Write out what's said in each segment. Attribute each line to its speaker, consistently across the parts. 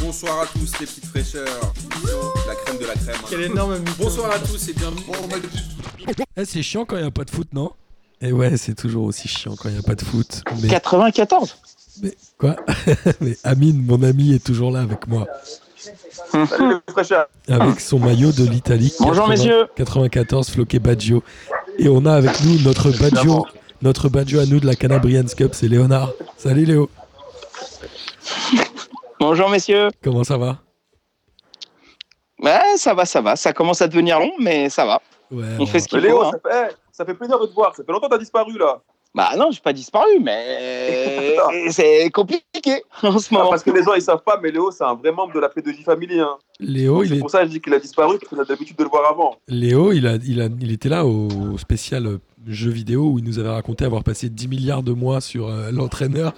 Speaker 1: Bonsoir à tous les petites fraîcheurs. La crème de la crème. hein.
Speaker 2: Quel énorme mouton.
Speaker 1: Bonsoir à tous et bienvenue.
Speaker 3: Eh, c'est chiant quand il n'y a pas de foot, non
Speaker 4: Et Eh ouais, c'est toujours aussi chiant quand il n'y a pas de foot. Mais
Speaker 5: 94
Speaker 4: quoi Mais Amine, mon ami, est toujours là avec moi. Avec son maillot de l'Italie.
Speaker 5: Bonjour, messieurs.
Speaker 4: 94, floqué Baggio. Et on a avec nous notre Baggio, notre Baggio à nous de la Calabrians Cup, c'est Léonard. Salut Léo,
Speaker 5: Bonjour messieurs.
Speaker 4: comment ça va
Speaker 5: Ouais, ça va, ça va. Ça commence à devenir long, mais ça va.
Speaker 4: Ouais,
Speaker 5: On fait ce
Speaker 6: Mais
Speaker 5: qu'il
Speaker 6: Léo,
Speaker 5: faut. hein.
Speaker 6: ça fait, eh, ça fait plaisir de te voir. Ça fait longtemps que t'as disparu là.
Speaker 5: Bah non, j'ai pas disparu, mais c'est compliqué en ce
Speaker 6: Ah,
Speaker 5: moment.
Speaker 6: parce que les gens ils savent pas, mais Léo c'est un vrai membre de la P2J Family. Hein.
Speaker 4: Léo, il
Speaker 6: C'est
Speaker 4: est,
Speaker 6: pour ça que je dis qu'il a disparu parce qu'on a l'habitude de le voir avant.
Speaker 4: Léo, il, a, il, a, il était là au spécial euh, jeu vidéo où il nous avait raconté avoir passé 10 milliards de mois sur euh, l'entraîneur.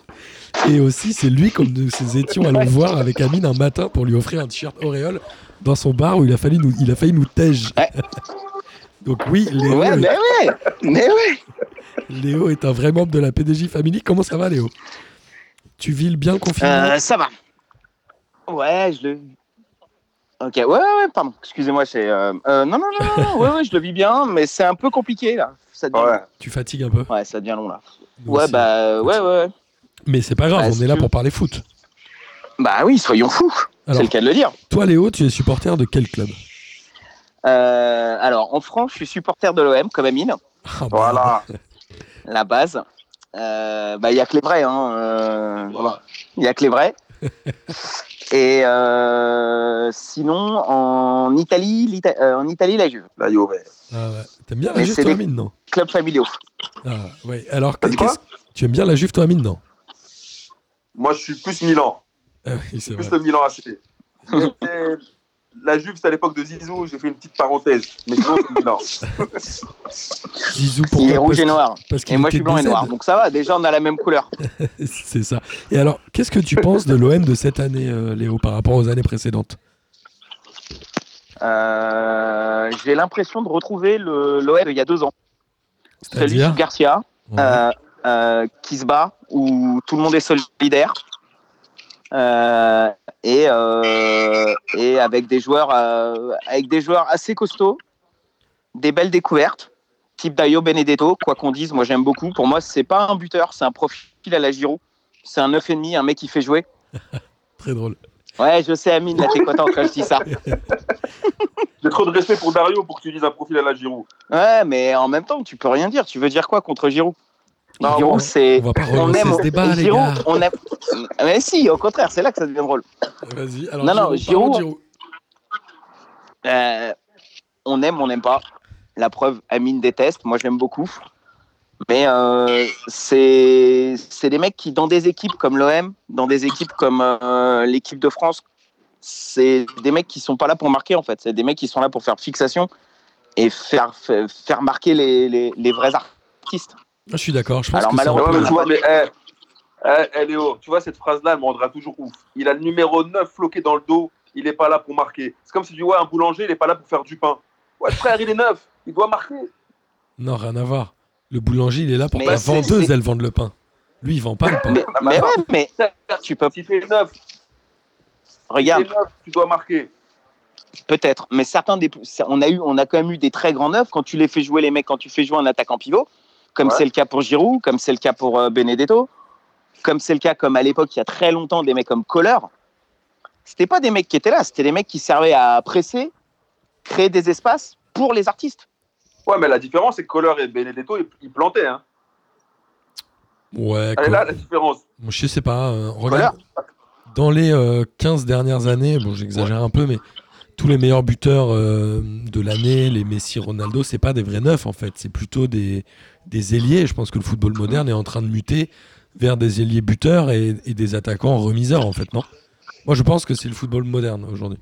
Speaker 4: Et aussi, c'est lui, comme nous ces étions allons voir avec Amine un matin pour lui offrir un t-shirt Auréole dans son bar où il a failli nous, il a failli nous tège.
Speaker 5: Ouais.
Speaker 4: Donc oui, Léo,
Speaker 5: Ouais,
Speaker 4: est-
Speaker 5: mais ouais, mais ouais.
Speaker 4: Léo est un vrai membre de la PDJ Family. Comment ça va, Léo Tu vis le bien le confinement
Speaker 5: Euh, ça va. Ouais, je le. Ok, ouais, ouais, ouais, pardon. Excusez-moi, c'est. euh, euh, non, non, non, non, non, ouais, ouais, je le vis bien, mais c'est un peu compliqué là. Ça devient,
Speaker 6: Ouais.
Speaker 4: Tu fatigues un peu
Speaker 5: ouais, ça devient long là.
Speaker 4: nous
Speaker 5: Ouais,
Speaker 4: aussi.
Speaker 5: bah, ouais, ouais.
Speaker 4: Mais c'est pas grave,
Speaker 5: bah,
Speaker 4: on
Speaker 5: si
Speaker 4: est là
Speaker 5: tu-
Speaker 4: pour parler foot.
Speaker 5: Bah oui, soyons fous.
Speaker 4: Alors.
Speaker 5: C'est le cas de le dire.
Speaker 4: Toi, Léo, tu es supporter de quel club
Speaker 5: Euh, alors, en France, je suis supporter de l'OM, comme Amine,
Speaker 4: Ah, bah,
Speaker 6: Voilà.
Speaker 5: la base. Euh, bah, il y a que les vrais, hein. euh, voilà. Il y a que les vrais. Et euh, sinon, en Italie, l'Ita- euh, en Italie, la Juve,
Speaker 6: La Juve.
Speaker 4: ah ouais. T'aimes bien la
Speaker 5: Mais
Speaker 4: Juve,
Speaker 5: c'est
Speaker 4: toi,
Speaker 5: les-
Speaker 4: Amine, non
Speaker 5: club familial.
Speaker 4: Ah, ouais. Alors,
Speaker 6: T'as dit quoi
Speaker 4: qu'est-ce- tu aimes bien la Juve, toi, Amine, non
Speaker 6: Moi je suis plus Milan.
Speaker 4: Ah oui, c'est
Speaker 6: Plus
Speaker 4: vrai.
Speaker 6: le Milan AC. Et La Juve c'est à l'époque de Zizou. J'ai fait une petite parenthèse. Mais sinon c'est Milan.
Speaker 4: Zizou,
Speaker 5: Il est
Speaker 4: pourquoi
Speaker 5: rouge
Speaker 4: Parce-
Speaker 5: et noir.
Speaker 4: Parce qu'il
Speaker 5: Et moi, je
Speaker 4: était
Speaker 5: suis blanc et
Speaker 4: de
Speaker 5: noir.
Speaker 4: Z.
Speaker 5: Donc ça va, déjà, on a la même couleur.
Speaker 4: C'est ça. Et alors, qu'est-ce que tu penses de l'OM de cette année, euh, Léo, par rapport aux années précédentes
Speaker 5: Euh, J'ai l'impression de retrouver le- l'OM il y a deux ans. Celui sous
Speaker 4: C'est-à-dire
Speaker 5: Garcia,
Speaker 4: Ouais.
Speaker 5: euh, euh, qui se bat, où tout le monde est solidaire. Euh, et, euh, et avec des joueurs euh, avec des joueurs assez costauds, des belles découvertes, type Dayo Benedetto, quoi qu'on dise, moi j'aime beaucoup. Pour moi, c'est pas un buteur, c'est un profil à la Giro. C'est un 9,5, un mec qui fait jouer.
Speaker 4: Très drôle.
Speaker 5: Ouais, je sais, Amine, là t'es content quand je dis ça.
Speaker 6: J'ai trop de respect pour Dario pour que tu dises un profil à la Giroud.
Speaker 5: Ouais, mais en même temps, tu peux rien dire. Tu veux dire quoi contre Giroud
Speaker 6: Non,
Speaker 5: Giroud,
Speaker 6: bon,
Speaker 5: c'est.
Speaker 4: On va pas
Speaker 5: On
Speaker 4: relancer
Speaker 5: aime
Speaker 4: Oh, ce débat, les
Speaker 5: Giroud,
Speaker 4: gars.
Speaker 5: on aime. Mais si, au contraire, c'est là que ça devient drôle.
Speaker 4: Vas-y. Alors,
Speaker 5: Non, non,
Speaker 4: Giroud, parlons de
Speaker 5: Euh, on aime, on n'aime pas. La preuve, Amine déteste. Moi, je l'aime beaucoup. Mais euh, c'est c'est des mecs qui, dans des équipes comme l'OM, dans des équipes comme euh, l'équipe de France, c'est des mecs qui sont pas là pour marquer en fait. C'est des mecs qui sont là pour faire fixation et faire faire faire marquer les, les, les vrais artistes.
Speaker 4: Ah, Je suis d'accord. Je pense
Speaker 5: Alors,
Speaker 4: que c'est un
Speaker 5: malheureusement,
Speaker 6: Ouais,
Speaker 4: peu-
Speaker 6: mais tu vois, mais eh, eh, eh, Léo, tu vois, cette phrase-là, elle me rendra toujours ouf. Il a le numéro 9 floqué dans le dos, il n'est pas là pour marquer. C'est comme si tu dis, ouais, un boulanger, il n'est pas là pour faire du pain. Ouais, frère, il est neuf, il doit marquer.
Speaker 4: Non, rien à voir. Le boulanger, il est là pour
Speaker 5: Mais
Speaker 4: la
Speaker 5: c'est-
Speaker 4: vendeuse,
Speaker 5: c'est-
Speaker 4: elle vend le pain. Lui, il vend pas le pain.
Speaker 5: Mais, mais ouais, mais tu peux.
Speaker 6: Si tu es neuf, il est
Speaker 5: Regarde,
Speaker 6: neuf, tu dois marquer.
Speaker 5: Peut-être, mais certains des, on a eu, on a quand même eu des très grands neufs quand tu les fais jouer les mecs, quand tu fais jouer un attaquant pivot, comme
Speaker 6: Ouais.
Speaker 5: c'est le cas pour Giroud, comme c'est le cas pour euh, Benedetto, comme c'est le cas comme à l'époque il y a très longtemps des mecs comme Kohler. C'était pas des mecs qui étaient là, c'était des mecs qui servaient à presser, créer des espaces pour les artistes.
Speaker 6: Ouais, mais la différence, c'est que Colleur et Benedetto, ils, ils plantaient. Hein.
Speaker 4: Ouais,
Speaker 6: Elle est
Speaker 4: quoi.
Speaker 6: là, la différence.
Speaker 4: Bon, je sais pas. euh, regarde, dans les euh, 15 dernières années, bon, j'exagère un peu, mais tous les meilleurs buteurs euh, de l'année, les Messi, Ronaldo, c'est pas des vrais neufs en fait. C'est plutôt des, des ailiers. Je pense que le football moderne est en train de muter vers des ailiers buteurs et, et des attaquants remiseurs en fait, non Moi, je pense que c'est le football moderne aujourd'hui.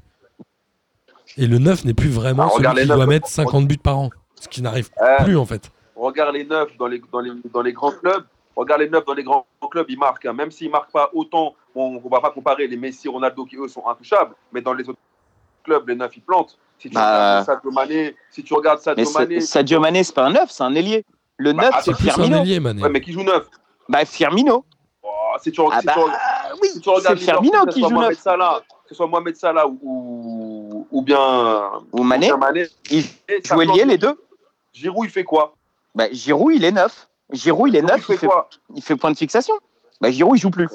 Speaker 4: Et le neuf n'est plus vraiment
Speaker 6: Ah, regarde
Speaker 4: celui qui
Speaker 6: les
Speaker 4: doit
Speaker 6: neufs.
Speaker 4: mettre 50 buts par an, ce qui n'arrive
Speaker 6: Eh,
Speaker 4: plus en fait.
Speaker 6: regarde les neufs dans les, dans, les, dans les grands clubs. Regarde les neufs dans les grands clubs, ils marquent. hein. Même s'ils ne marquent pas autant, on ne va pas comparer les Messi, Ronaldo qui, eux, sont intouchables. Mais dans les autres clubs, les neufs, ils plantent. Si tu
Speaker 5: Bah.
Speaker 6: regardes Sadio Mané, si tu regardes
Speaker 5: Mais
Speaker 6: Sadio
Speaker 5: c'est-
Speaker 6: Mané,
Speaker 5: Sadio Mané, c'est pas un neuf, c'est un ailier. Le
Speaker 6: Bah,
Speaker 5: neuf,
Speaker 6: ah,
Speaker 5: c'est
Speaker 4: C'est plus un
Speaker 5: Firmino.
Speaker 4: ailier, Mané.
Speaker 6: ouais, mais qui joue neuf
Speaker 5: Bah Firmino.
Speaker 6: Oh, si tu, re-
Speaker 5: Ah
Speaker 6: si
Speaker 5: bah
Speaker 6: tu re-
Speaker 5: oui,
Speaker 6: si tu regardes
Speaker 5: c'est
Speaker 6: Liverpool,
Speaker 5: bah, Firmino
Speaker 6: que ce
Speaker 5: qui
Speaker 6: soit
Speaker 5: joue
Speaker 6: Mohamed
Speaker 5: neuf.
Speaker 6: Salah, que ce soit Mohamed Salah ou, ou, ou bien
Speaker 5: Ou Mané,
Speaker 6: ou bien Mané,
Speaker 5: ils
Speaker 6: ça
Speaker 5: jouaient
Speaker 6: plante.
Speaker 5: liés les deux.
Speaker 6: Giroud, il fait quoi
Speaker 5: Bah, Giroud, il est neuf. Giroud, il est
Speaker 6: Giroud,
Speaker 5: neuf, il fait,
Speaker 6: quoi
Speaker 5: il fait point de fixation. Bah, Giroud, il joue plus.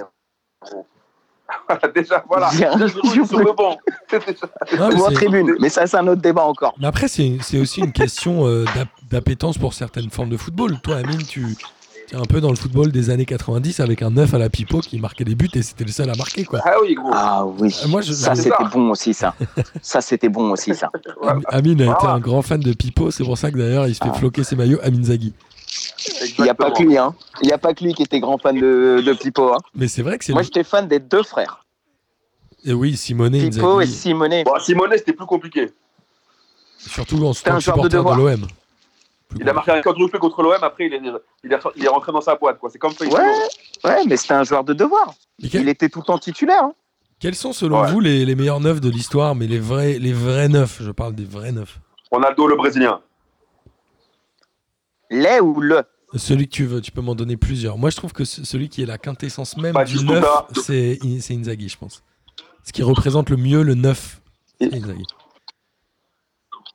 Speaker 6: Déjà, voilà.
Speaker 5: Giroud,
Speaker 6: Giroud,
Speaker 5: il
Speaker 6: il
Speaker 5: joue
Speaker 6: est sur
Speaker 5: plus.
Speaker 6: le banc. C'est déjà-
Speaker 4: Non, mais
Speaker 5: Ou en
Speaker 4: c'est-
Speaker 5: Ah, tribune. Mais ça, c'est un autre débat encore.
Speaker 4: Mais après, c'est c'est aussi une question euh, d'ap- d'appétence pour certaines formes de football. Toi, Amine, tu tu es un peu dans le football des années 90 avec un 9 à la pipeau qui marquait des buts et c'était le seul à marquer. Quoi.
Speaker 6: Ah oui, gros.
Speaker 5: Ah oui,
Speaker 4: Euh, moi, je-
Speaker 5: ça
Speaker 6: c'est
Speaker 5: c'était
Speaker 6: ça.
Speaker 5: bon aussi ça. ça c'était bon aussi ça.
Speaker 4: Am- Amine a été
Speaker 6: Voilà.
Speaker 4: un grand fan de pipeau, c'est pour ça que d'ailleurs il se fait
Speaker 5: Ah.
Speaker 4: floquer ses maillots Amine Zaghi.
Speaker 5: Il n'y a pas
Speaker 6: Exactement.
Speaker 5: que lui hein. Il n'y a pas que lui qui était grand fan de, de Pipo. hein.
Speaker 4: Mais c'est vrai que c'est.
Speaker 5: Moi j'étais fan des deux frères,
Speaker 4: Et oui, Simone
Speaker 5: Pipo et
Speaker 4: Inzaghi,
Speaker 5: Simonet.
Speaker 6: Bon, Simonet, c'était plus compliqué.
Speaker 4: surtout en
Speaker 5: un
Speaker 4: tant que
Speaker 5: joueur de
Speaker 4: supporter de
Speaker 5: devoir.
Speaker 4: l'OM. Plus
Speaker 6: Il a
Speaker 4: compliqué.
Speaker 6: marqué un quadruplé contre l'OM, après, il est, il, est, il est rentré dans sa boîte. quoi. C'est comme Feuille.
Speaker 5: Ouais, ouais, mais c'était un joueur de devoir.
Speaker 4: Mais quel-
Speaker 5: Il était tout le temps titulaire. hein.
Speaker 4: Quels sont selon
Speaker 6: Ouais.
Speaker 4: vous les, les meilleurs neufs de l'histoire, mais les vrais, les vrais neufs Je parle des vrais neufs.
Speaker 6: Ronaldo, le Brésilien.
Speaker 5: Les ou le.
Speaker 4: Celui que tu veux, tu peux m'en donner plusieurs. Moi, je trouve que ce- celui qui est la quintessence même du
Speaker 6: Batistuta.
Speaker 4: neuf, c'est In- c'est Inzaghi, je pense. Ce qui représente le mieux le neuf, c'est Inzaghi.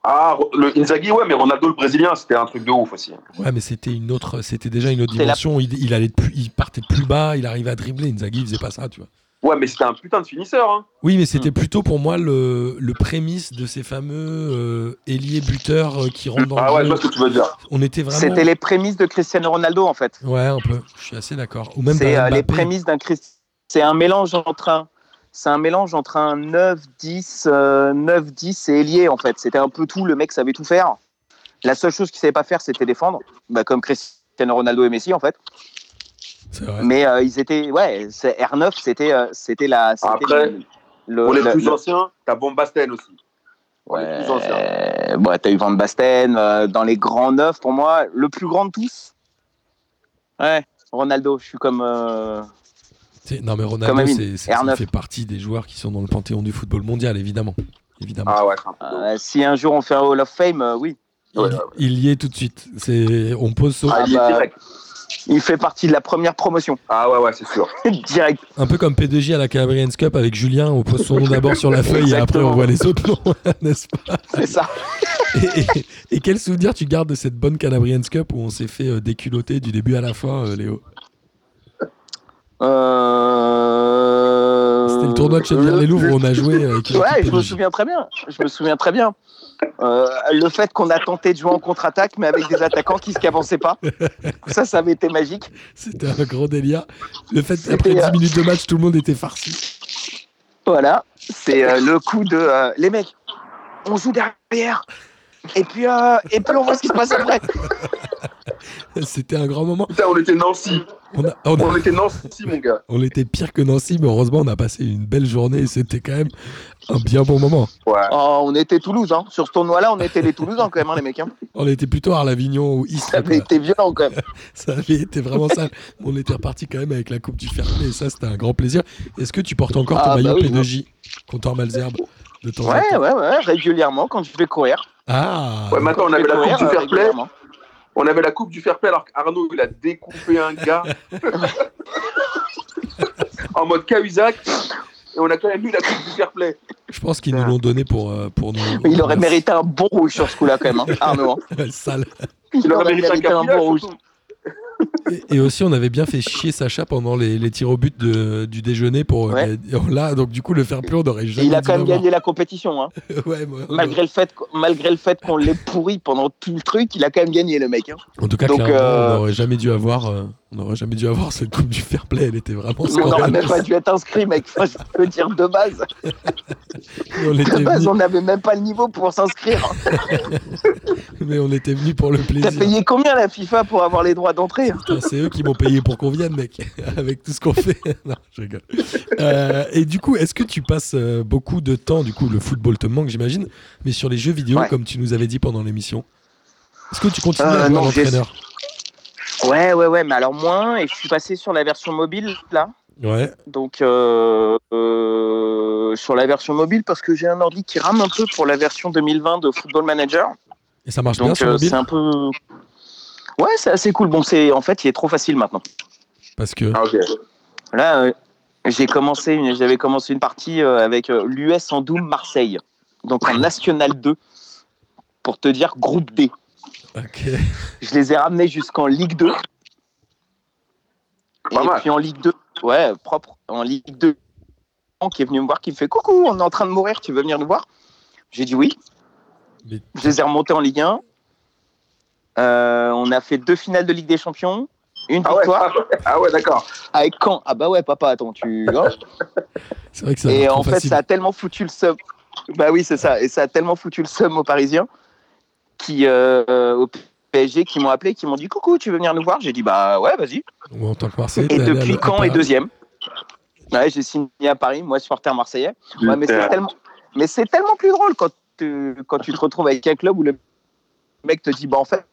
Speaker 6: Ah, le Inzaghi, ouais, mais Ronaldo, le Brésilien, c'était un truc de ouf aussi.
Speaker 4: Ouais, mais c'était une autre, c'était déjà une autre
Speaker 5: C'est la-
Speaker 4: dimension. Il, il allait de plus- il partait de plus bas, il arrivait à dribbler. Inzaghi, il faisait pas ça, tu vois.
Speaker 6: Ouais, mais c'était un putain de finisseur. Hein.
Speaker 4: Oui, mais
Speaker 5: Mm.
Speaker 4: c'était plutôt pour moi le, le prémisse de ces fameux euh, ailiers buteurs euh, qui rentrent dans
Speaker 6: Ah ouais, je
Speaker 4: le
Speaker 6: vois
Speaker 4: jeu.
Speaker 6: ce que tu veux dire.
Speaker 4: On était vraiment.
Speaker 5: C'était les prémices de Cristiano Ronaldo en fait.
Speaker 4: Ouais, un peu. Je suis assez d'accord. Ou même
Speaker 5: C'est
Speaker 4: d'un
Speaker 5: euh, les
Speaker 4: Mbappé.
Speaker 5: prémices d'un Christ. C'est un mélange entre un. C'est un mélange entre un 9-10, euh, 9-10 et ailier en fait. C'était un peu tout, le mec savait tout faire. La seule chose qu'il savait pas faire, c'était défendre, Bah, comme Cristiano Ronaldo et Messi en fait.
Speaker 4: C'est vrai.
Speaker 5: Mais euh, ils étaient, ouais, c'est- R9, c'était, euh, c'était la. c'était Euh,
Speaker 6: Après,
Speaker 5: le- le-
Speaker 6: Pour les
Speaker 5: le-
Speaker 6: plus
Speaker 5: le-
Speaker 6: anciens, t'as Bombasten aussi. Pour les
Speaker 5: Ouais,
Speaker 6: plus anciens.
Speaker 5: bon, t'as eu Van Basten euh, dans les grands neufs. Pour moi, le plus grand de tous. Ouais, Ronaldo. Je suis comme. euh,
Speaker 4: C'est- Non, mais
Speaker 5: Comme
Speaker 4: Ronaldo,
Speaker 5: Amine,
Speaker 4: c'est- c'est- ça
Speaker 5: R9.
Speaker 4: fait partie des joueurs qui sont dans le panthéon du football mondial, évidemment. évidemment.
Speaker 6: Ah ouais, c'est un truc de ouf.
Speaker 5: euh, si un jour on fait un Hall of Fame, euh, oui.
Speaker 4: il,
Speaker 6: ouais, ouais.
Speaker 4: il y est tout de suite. C'est- On pose son-
Speaker 5: Ah
Speaker 6: Ah, il est
Speaker 5: bah.
Speaker 6: direct.
Speaker 5: Il fait partie de la première promotion.
Speaker 6: Ah ouais, ouais, c'est sûr.
Speaker 5: Direct.
Speaker 4: un peu comme PDG à la Calabrians Cup avec Julien. On pose son nom d'abord sur la feuille et après on
Speaker 5: Exactement.
Speaker 4: voit les autres noms, n'est-ce pas
Speaker 5: C'est ça.
Speaker 4: et, et- et quel souvenir tu gardes de cette bonne Calabrians Cup où on s'est fait euh, déculoter du début à la fin, euh, Léo
Speaker 5: Euh,
Speaker 4: C'était le tournoi de Chevière les Louvres où on a joué euh, avec l'équipe
Speaker 5: Ouais, je me
Speaker 4: PDG.
Speaker 5: souviens très bien. Je me souviens très bien. Euh, le fait qu'on a tenté de jouer en contre-attaque, mais avec des attaquants qui ne avançaient pas. Ça, ça avait été magique.
Speaker 4: C'était un gros délire. Le fait qu'après
Speaker 5: C'était, euh,
Speaker 4: 10 minutes de match, tout le monde était farci.
Speaker 5: Voilà. C'est euh, le coup de. euh, les mecs, on joue derrière. Et puis, euh, et puis on voit ce qui se passe après.
Speaker 4: C'était un grand moment.
Speaker 6: Putain, on était Nancy.
Speaker 4: On, a- on a-
Speaker 6: On était Nancy, mon gars.
Speaker 4: on était pire que Nancy, mais heureusement, on a passé une belle journée et c'était quand même un bien bon moment.
Speaker 6: Ouais.
Speaker 5: Oh, on était Toulouse. Hein. Sur ce tournoi-là, on était les Toulousains quand même, hein, les mecs. hein.
Speaker 4: On était plutôt à Arlavignon ou Istres.
Speaker 5: Ça avait
Speaker 4: quoi.
Speaker 5: été violent quand même.
Speaker 4: Ça avait été vraiment sale. On était reparti quand même avec la Coupe du Fair-Play et ça, c'était un grand plaisir. Est-ce que tu portes encore ton
Speaker 5: Ah, bah
Speaker 4: maillot
Speaker 5: oui,
Speaker 4: P2J Comptoir Malzerbe de temps en
Speaker 5: Ouais,
Speaker 4: temps.
Speaker 5: ouais, ouais, régulièrement quand je vais courir.
Speaker 4: Ah
Speaker 6: Ouais, maintenant, on
Speaker 5: Je
Speaker 6: avait
Speaker 5: vais
Speaker 6: la coupe
Speaker 5: courir,
Speaker 6: du
Speaker 5: euh,
Speaker 6: fair play.
Speaker 5: régulièrement.
Speaker 6: On avait la coupe du fair play alors qu'Arnaud, il a découpé un gars en mode Cahuzac. Et on a quand même eu la coupe du fair play.
Speaker 4: Je pense qu'ils nous l'ont donné pour, euh, pour nous.
Speaker 5: Mais il aurait mérité un bon rouge sur ce coup-là quand même, hein, Arnaud. hein.
Speaker 4: Sale.
Speaker 5: Il
Speaker 6: aurait mérité un capillage, surtout.
Speaker 4: Et, et aussi, on avait bien fait chier Sacha pendant les, les tirs au but de- du déjeuner pour euh,
Speaker 5: Ouais.
Speaker 4: la- là. Donc, du coup, le fair play, on n'aurait
Speaker 5: Et
Speaker 4: jamais.
Speaker 5: il a
Speaker 4: dû
Speaker 5: quand même
Speaker 4: l'avoir.
Speaker 5: gagné la compétition, hein.
Speaker 4: Ouais, ouais, ouais.
Speaker 5: malgré le fait qu'- malgré le fait qu'on l'ait pourri pendant tout le truc, il a quand même gagné le mec. hein.
Speaker 4: En tout cas,
Speaker 5: Donc,
Speaker 4: clairement,
Speaker 5: euh,
Speaker 4: on n'aurait jamais dû avoir, euh, on n'aurait jamais dû avoir cette coupe du fair play. Elle était vraiment
Speaker 5: Mais on n'aurait même
Speaker 4: scandaleuse.
Speaker 5: pas dû être inscrit, mec. Enfin, je peux dire de base,
Speaker 4: Et on était
Speaker 5: de base,
Speaker 4: venu-
Speaker 5: on n'avait même pas le niveau pour s'inscrire.
Speaker 4: mais on était venu pour le
Speaker 5: T'as
Speaker 4: plaisir.
Speaker 5: payé combien la FIFA pour avoir les droits d'entrée hein
Speaker 4: Putain, C'est eux qui m'ont payé pour qu'on vienne, mec, avec tout ce qu'on fait. non, je rigole. Euh, et du coup, est-ce que tu passes euh, beaucoup de temps, du coup, le football te manque, j'imagine, mais sur les jeux vidéo,
Speaker 5: Ouais.
Speaker 4: comme tu nous avais dit pendant l'émission Est-ce que tu continues
Speaker 5: Euh,
Speaker 4: à jouer à
Speaker 5: non, j'ai-
Speaker 4: l'entraîneur
Speaker 5: Ouais, ouais, ouais, mais alors moins. Et je suis passé sur la version mobile là.
Speaker 4: Ouais.
Speaker 5: Donc euh, euh, sur la version mobile parce que j'ai un ordi qui rame un peu pour la version 2020 de Football Manager.
Speaker 4: Et ça marche bien
Speaker 5: Donc
Speaker 4: sur
Speaker 5: euh,
Speaker 4: mobile
Speaker 5: c'est un peu ouais c'est assez cool. Bon c'est en fait il est trop facile maintenant.
Speaker 4: Parce que
Speaker 6: Ah, ok.
Speaker 5: Là euh, J'ai commencé, une- j'avais commencé une partie euh, avec l'US en Doom Marseille, donc en National 2, pour te dire groupe D.
Speaker 4: Ok.
Speaker 5: Je les ai ramenés jusqu'en Ligue 2.
Speaker 6: Pas
Speaker 5: et
Speaker 6: mal.
Speaker 5: puis en Ligue 2, ouais, propre, en Ligue 2, qui est venu me voir, qui me fait Coucou, on est en train de mourir, tu veux venir nous voir J'ai dit oui.
Speaker 4: Mais-
Speaker 5: Je les ai remontés en Ligue 1. Euh, on a fait deux finales de Ligue des Champions, une
Speaker 6: Ah ouais,
Speaker 5: victoire
Speaker 6: ah ouais, ah ouais, d'accord.
Speaker 5: avec Caen. Ah bah ouais, papa, attends, tu. hein
Speaker 4: C'est vrai que ça a
Speaker 5: et
Speaker 4: l'air trop
Speaker 5: en fait,
Speaker 4: facile.
Speaker 5: ça a tellement foutu le seum. Bah oui, c'est ça. Et ça a tellement foutu le seum aux Parisiens qui, euh, euh, au PSG qui m'ont appelé, qui m'ont dit coucou, tu veux venir nous voir J'ai dit bah ouais, vas-y.
Speaker 4: Ou en tant que Marseille.
Speaker 5: Et
Speaker 4: t'es allé à
Speaker 5: depuis
Speaker 4: la-
Speaker 5: quand
Speaker 4: à
Speaker 5: est
Speaker 4: Paris.
Speaker 5: deuxième Ouais, j'ai signé à Paris, moi supporter marseillais. Ouais, mais c'est
Speaker 6: Putain.
Speaker 5: tellement, mais c'est tellement plus drôle quand tu, quand tu te retrouves avec un club où le mec te dit bah en fait.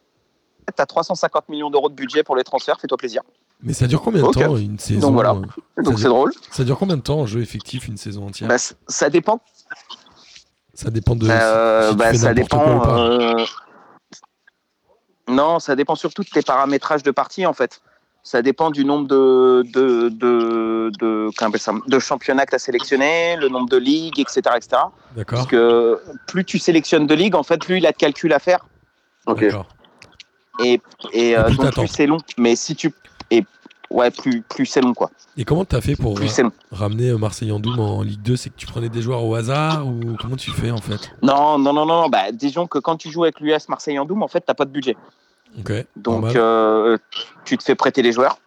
Speaker 5: T'as 350 millions d'euros de budget pour les transferts, fais-toi plaisir.
Speaker 4: Mais ça dure combien de
Speaker 5: Ok.
Speaker 4: temps une saison
Speaker 5: voilà.
Speaker 4: euh,
Speaker 5: Donc
Speaker 4: Ça
Speaker 5: c'est drôle.
Speaker 4: Ça dure combien de temps en jeu effectif une saison entière
Speaker 5: Bah, c- ça dépend
Speaker 4: Ça dépend de. si-
Speaker 5: Euh,
Speaker 4: si tu
Speaker 5: bah,
Speaker 4: fais
Speaker 5: ça
Speaker 4: n'importe quoi ou
Speaker 5: dépend.
Speaker 4: pas.
Speaker 5: euh, Non, ça dépend surtout de tes paramétrages de partie en fait. Ça dépend du nombre de de de de, qu'on appelle ça, de championnats que tu as sélectionné, le nombre de ligues, etc., etc. Parce
Speaker 4: D'accord.
Speaker 5: que plus tu sélectionnes de ligues, en fait, plus il a de calculs à faire
Speaker 6: Ok.
Speaker 4: D'accord.
Speaker 5: et et euh,
Speaker 4: plus
Speaker 5: donc
Speaker 4: t'attends.
Speaker 5: plus c'est long. Mais si tu et ouais, plus plus c'est long quoi.
Speaker 4: Et comment t'as fait pour
Speaker 5: Plus
Speaker 4: euh,
Speaker 5: c'est long.
Speaker 4: ramener euh, Marseille en Doom en Ligue 2 C'est que tu prenais des joueurs au hasard ou comment tu fais en fait
Speaker 5: Non, non, non, non. non. Bah, disons que quand tu joues avec l'US Marseille en Doom, en fait, t'as pas de budget.
Speaker 4: Ok.
Speaker 5: Donc
Speaker 4: normal.
Speaker 5: euh, tu te fais prêter les joueurs.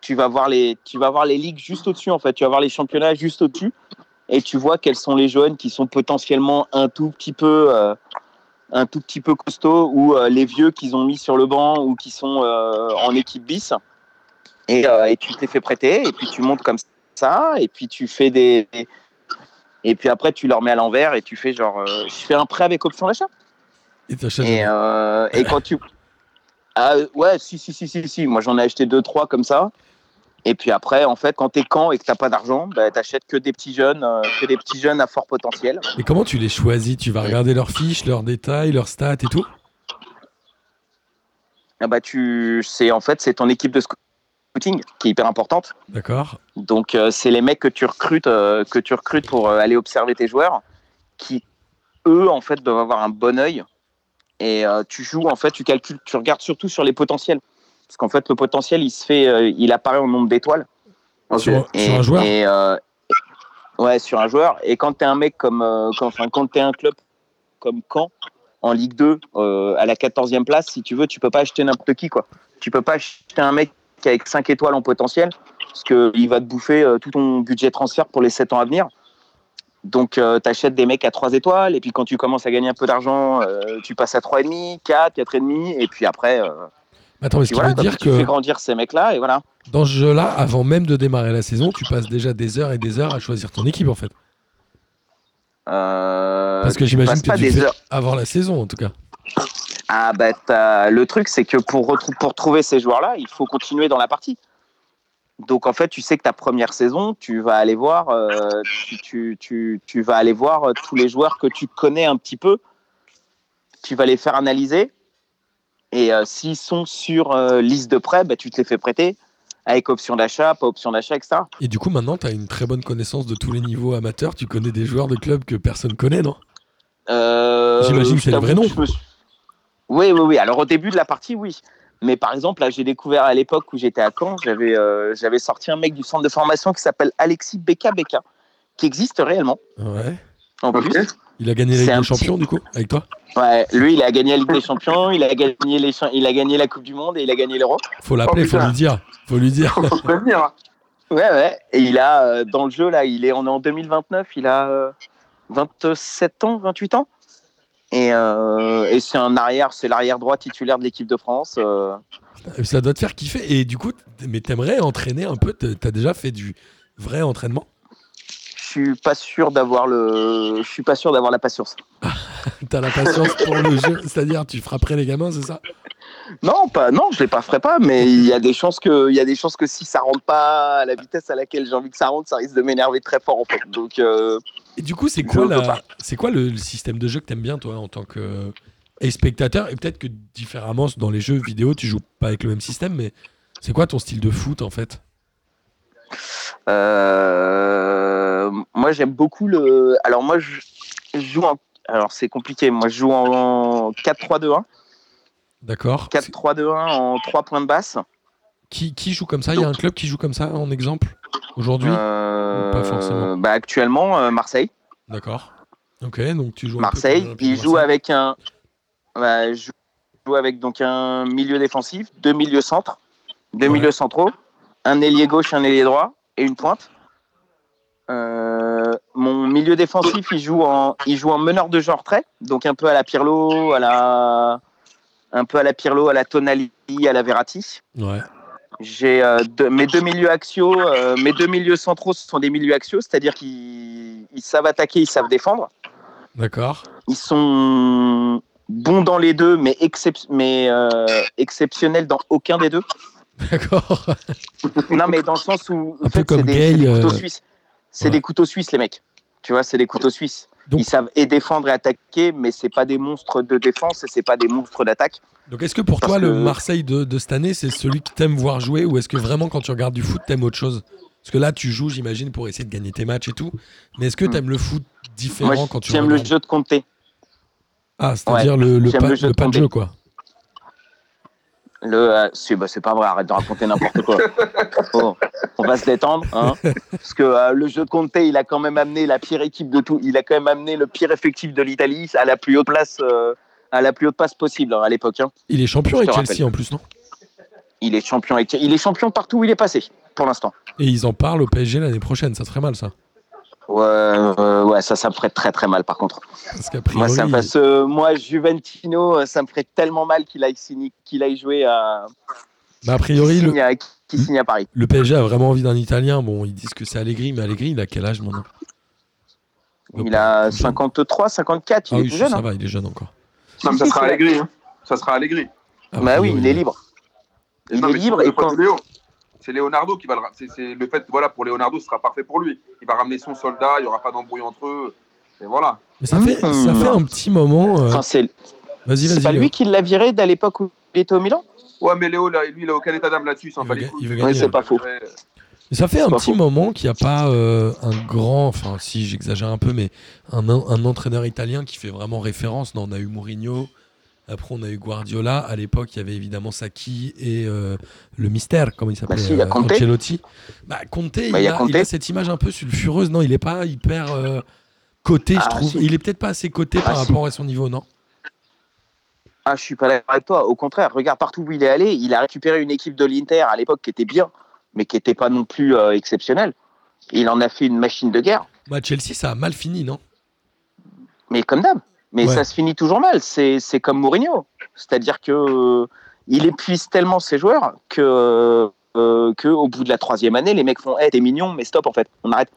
Speaker 5: Tu vas voir les, tu vas voir les ligues juste au-dessus en fait. Tu vas voir les championnats juste au-dessus et tu vois quels sont les jeunes qui sont potentiellement un tout petit peu, euh, un tout petit peu costauds ou euh, les vieux qu'ils ont mis sur le banc ou qui sont euh, en équipe bis. Et, euh, et tu te les fais prêter et puis tu montes comme ça et puis tu fais des, des- et puis après tu leur mets à l'envers et tu fais genre, euh, je fais un prêt avec option d'achat.
Speaker 4: Et t'achètes.
Speaker 5: Et, euh, et quand tu. Ah, ouais, si, si, si, si, si. Moi, j'en ai acheté deux, trois comme ça. Et puis après, en fait, quand t'es camp et que t'as pas d'argent, bah, t'achètes que des petits jeunes, euh, que des petits jeunes à fort potentiel.
Speaker 4: Et comment tu les choisis Tu vas regarder leurs fiches, leurs détails, leurs stats et tout
Speaker 5: Ah bah, tu, c'est en fait, c'est ton équipe de scouting qui est hyper importante.
Speaker 4: D'accord.
Speaker 5: Donc, euh, c'est les mecs que tu recrutes, euh, que tu recrutes pour euh, aller observer tes joueurs, qui eux, en fait, doivent avoir un bon œil. Et euh, tu joues, en fait, tu calcules, tu regardes surtout sur les potentiels, parce qu'en fait, le potentiel, il se fait, euh, il apparaît en nombre d'étoiles.
Speaker 6: Ok.
Speaker 4: Sur,
Speaker 5: Et-
Speaker 4: sur un joueur
Speaker 5: et, euh, Ouais, sur un joueur. Et quand t'es un mec comme. euh, quand, enfin, quand t'es un club comme Caen, en Ligue 2, euh, à la 14e place, si tu veux, tu peux pas acheter n'importe qui, quoi. Tu peux pas acheter un mec qui avec 5 étoiles en potentiel, parce qu'il va te bouffer euh, tout ton budget transfert pour les 7 ans à venir. Donc, euh, t'achètes des mecs à 3 étoiles, et puis quand tu commences à gagner un peu d'argent, euh, tu passes à 3,5, 4, 4,5, et puis après, euh,
Speaker 4: Attends, mais ce qui
Speaker 5: puis voilà,
Speaker 4: veut
Speaker 5: quoi.
Speaker 4: dire
Speaker 5: tu fais
Speaker 4: que
Speaker 5: grandir ces mecs-là, et voilà.
Speaker 4: dans ce jeu-là, avant même de démarrer la saison, tu passes déjà des heures et des heures à choisir ton équipe en fait.
Speaker 5: Euh,
Speaker 4: Parce que
Speaker 5: tu
Speaker 4: j'imagine
Speaker 5: passes
Speaker 4: que
Speaker 5: pas
Speaker 4: tu
Speaker 5: des
Speaker 4: fais
Speaker 5: heures.
Speaker 4: avant la saison en tout cas.
Speaker 5: Ah bah t'as- le truc c'est que pour, retrou- pour trouver ces joueurs-là, il faut continuer dans la partie. Donc en fait, tu sais que ta première saison, tu vas aller voir, euh, tu, tu, tu, tu vas aller voir euh, tous les joueurs que tu connais un petit peu. Tu vas les faire analyser. Et euh, s'ils sont sur euh, liste de prêt, bah, tu te les fais prêter avec option d'achat, pas option d'achat, etc.
Speaker 4: Et du coup, maintenant, tu as une très bonne connaissance de tous les niveaux amateurs. Tu connais des joueurs de clubs que personne connaît, non
Speaker 5: Euh,
Speaker 4: J'imagine que c'est
Speaker 5: je
Speaker 4: le vrai
Speaker 5: t'avoue
Speaker 4: nom.
Speaker 5: que je me suis- Oui, oui, oui. Alors au début de la partie, oui. Mais par exemple, là, j'ai découvert à l'époque où j'étais à Caen, j'avais euh, j'avais sorti un mec du centre de formation qui s'appelle Alexis Beka Beka, qui existe réellement.
Speaker 4: Ouais.
Speaker 5: En
Speaker 6: Ok.
Speaker 5: plus,
Speaker 4: Il a gagné la
Speaker 5: C'est
Speaker 4: Ligue des
Speaker 5: un petit-
Speaker 4: Champions, du coup, avec toi
Speaker 5: ouais, lui, il a gagné la Ligue des Champions, il a gagné les, cha- il a gagné la Coupe du Monde et il a gagné l'Euro.
Speaker 4: Faut l'appeler,
Speaker 6: Oh,
Speaker 4: faut
Speaker 6: putain.
Speaker 4: lui dire. Faut lui dire.
Speaker 6: Faut se prévenir. hein.
Speaker 5: Ouais, ouais. Et il a euh, dans le jeu là, il est on est en 2029, il a euh, 27 ans, 28 ans. Et, euh, et c'est un arrière, c'est l'arrière droit titulaire de l'équipe de France. euh,
Speaker 4: Ça doit te faire kiffer. Et du coup, t- mais t'aimerais entraîner un peu t- T'as déjà fait du vrai entraînement
Speaker 5: je suis pas sûr d'avoir le je suis pas sûr d'avoir la patience
Speaker 4: T'as la patience pour le jeu C'est-à-dire, tu frapperais les gamins, c'est ça
Speaker 5: non pas non je les pas ferai pas mais il y a des chances que il y a des chances que si ça rentre pas à la vitesse à laquelle j'ai envie que ça rentre ça risque de m'énerver très fort en fait donc euh,
Speaker 4: Et du coup, c'est
Speaker 5: Je
Speaker 4: quoi,
Speaker 5: ne peux
Speaker 4: la...
Speaker 5: pas.
Speaker 4: c'est quoi le, le système de jeu que t'aimes bien, toi, en tant que euh, et spectateur Et peut-être que différemment, dans les jeux vidéo, tu joues pas avec le même système, mais c'est quoi ton style de foot, en fait
Speaker 5: Euh, moi, j'aime beaucoup le. Alors, moi, je je joue en. Alors, c'est compliqué. Moi, je joue en 4-3-2-1.
Speaker 4: D'accord. C'est-
Speaker 5: 4-3-2-1 en 3 points de basse.
Speaker 4: Qui, qui joue comme ça Il y a un club qui joue comme ça en exemple aujourd'hui
Speaker 5: Euh,
Speaker 4: pas forcément.
Speaker 5: bah, actuellement, euh, Marseille.
Speaker 4: D'accord. Ok, donc tu joues un peu comme
Speaker 5: Marseille,
Speaker 4: l'Olympique
Speaker 5: il
Speaker 4: de
Speaker 5: joue
Speaker 4: Marseille.
Speaker 5: avec un. bah, je joue avec donc un milieu défensif, deux milieux centres, deux
Speaker 4: Ouais.
Speaker 5: milieux centraux, un ailier gauche, un ailier droit et une pointe. Euh, mon milieu défensif, il joue en, il joue en meneur de genre trait, donc un peu à la Pirlo, à la, un peu à la Pirlo, à la Tonali, à la Verratti.
Speaker 4: Ouais.
Speaker 5: J'ai euh, deux- mes deux milieux axiaux, euh, mes deux milieux centraux, ce sont des milieux axiaux, c'est-à-dire qu'ils ils savent attaquer, ils savent défendre.
Speaker 4: D'accord.
Speaker 5: Ils sont bons dans les deux, mais, excep- mais euh, exceptionnels dans aucun des deux.
Speaker 4: D'accord.
Speaker 5: non, mais dans le sens où en
Speaker 4: Un peu
Speaker 5: fait, c'est
Speaker 4: comme
Speaker 5: des,
Speaker 4: Gay,
Speaker 5: c'est des couteaux
Speaker 4: euh,
Speaker 5: suisses. C'est
Speaker 4: ouais. Euh,
Speaker 5: des couteaux suisses, les mecs. Tu vois, c'est des couteaux suisses.
Speaker 4: Donc-
Speaker 5: Ils savent et défendre et attaquer, mais c'est pas des monstres de défense et c'est pas des monstres d'attaque.
Speaker 4: Donc est-ce que pour
Speaker 5: Parce
Speaker 4: toi le
Speaker 5: que-
Speaker 4: Marseille de, de cette année c'est celui que t'aimes voir jouer ou est-ce que vraiment quand tu regardes du foot t'aimes autre chose Parce que là tu joues j'imagine pour essayer de gagner tes matchs et tout, mais est-ce que
Speaker 5: Hmm.
Speaker 4: t'aimes le foot
Speaker 5: Moi,
Speaker 4: différent quand tu
Speaker 5: j'aime
Speaker 4: regardes
Speaker 5: le jeu de compter,
Speaker 4: Ah c'est-à-dire le, le
Speaker 5: j'aime
Speaker 4: pas,
Speaker 5: le jeu
Speaker 4: le
Speaker 5: de
Speaker 4: pas de
Speaker 5: Condé.
Speaker 4: jeu quoi.
Speaker 5: Le, euh, c'est, bah, c'est pas vrai, arrête de raconter n'importe quoi. Bon, on va se détendre, hein, parce que euh, le jeu de Conte, il a quand même amené la pire équipe de tout. Il a quand même amené le pire effectif de l'Italie à la plus haute place, euh, à la plus haute place possible hein, à l'époque. hein.
Speaker 4: Il est champion
Speaker 5: Je te
Speaker 4: avec Chelsea
Speaker 5: rappelle.
Speaker 4: en plus non
Speaker 5: Il est champion, avec- il est champion partout où il est passé pour l'instant.
Speaker 4: Et ils en parlent au PSG l'année prochaine, ça te ferait mal ça.
Speaker 5: Ouais, euh, ouais, ça, ça me ferait très très mal par contre.
Speaker 4: Parce qu'a
Speaker 5: Moi,
Speaker 4: priori,
Speaker 5: ça me fait ce- moi, Juventino, euh, ça me ferait tellement mal qu'il aille, signer- qu'il aille jouer à,
Speaker 4: bah, a
Speaker 5: qu'il
Speaker 4: priori le,
Speaker 5: signe à- qu'il signe à Paris.
Speaker 4: le PSG a vraiment envie d'un Italien. Bon, ils disent que c'est Allegri, mais Allegri il a quel âge maintenant
Speaker 5: Il a 53, 54, il
Speaker 4: Ah
Speaker 5: est
Speaker 4: oui,
Speaker 5: tout
Speaker 4: ça
Speaker 5: jeune. hein.
Speaker 4: va, il est jeune encore. Ah
Speaker 6: Non, mais ça
Speaker 5: Si,
Speaker 6: sera
Speaker 5: si,
Speaker 6: allégri. Hein. Ça sera allégri.
Speaker 4: A
Speaker 5: Bah oui,
Speaker 4: priori,
Speaker 5: il est libre. Il
Speaker 6: Non,
Speaker 5: est
Speaker 6: mais
Speaker 5: libre
Speaker 6: c'est
Speaker 5: et
Speaker 6: pas
Speaker 5: quand...
Speaker 6: de Léo. C'est Leonardo qui va le. ra- C'est, c'est le fait, voilà, pour Leonardo, ce sera parfait pour lui. Il va ramener son soldat, il n'y aura pas d'embrouille entre eux. Et voilà.
Speaker 4: Mais ça fait,
Speaker 5: Hmm.
Speaker 4: ça fait un petit moment. euh,
Speaker 5: Enfin, c'est
Speaker 4: Vas-y,
Speaker 5: c'est
Speaker 4: vas-y.
Speaker 5: pas
Speaker 4: Léo.
Speaker 5: lui qui l'a viré dès l'époque où il était au Milan
Speaker 6: Ouais, mais Léo, là, lui, il a aucun état d'âme là-dessus, il s'en
Speaker 4: Il
Speaker 6: bat
Speaker 4: veut
Speaker 6: les
Speaker 4: ga-
Speaker 6: couilles.
Speaker 4: il veut
Speaker 5: Oui,
Speaker 4: gagner.
Speaker 5: c'est pas faux.
Speaker 6: Ouais.
Speaker 4: Mais ça fait un
Speaker 5: pas
Speaker 4: petit
Speaker 5: faux.
Speaker 4: moment qu'il n'y a pas euh, un grand, enfin si j'exagère un peu, mais un, en- un entraîneur italien qui fait vraiment référence. Non, on a eu Mourinho, après on a eu Guardiola. À l'époque, il y avait évidemment Sacchi et euh, le mystère, comment il s'appelait
Speaker 5: Bah si, il y a
Speaker 4: euh,
Speaker 5: Conte.
Speaker 4: Ancelotti. Bah, Conte, il,
Speaker 5: Bah, il y a
Speaker 4: a,
Speaker 5: Conte.
Speaker 4: il a cette image un peu sulfureuse. Non, il n'est pas hyper euh, coté, je
Speaker 5: Ah,
Speaker 4: trouve.
Speaker 5: si.
Speaker 4: Il est peut-être pas assez coté
Speaker 5: Ah,
Speaker 4: par
Speaker 5: si.
Speaker 4: rapport à son niveau, non
Speaker 5: Ah, je suis pas d'accord avec toi. Au contraire, regarde partout où il est allé. Il a récupéré une équipe de l'Inter à l'époque qui était bien, mais qui n'était pas non plus euh, exceptionnelle. Il en a fait une machine de guerre,
Speaker 4: bah, Chelsea, ça a mal fini, non
Speaker 5: mais comme d'hab. Mais
Speaker 4: Ouais.
Speaker 5: ça se finit toujours mal. C'est c'est comme Mourinho. C'est-à-dire que euh, il épuise tellement ses joueurs que, euh, que au bout de la troisième année, les mecs font Eh, t'es mignon, mais stop en fait, on arrête.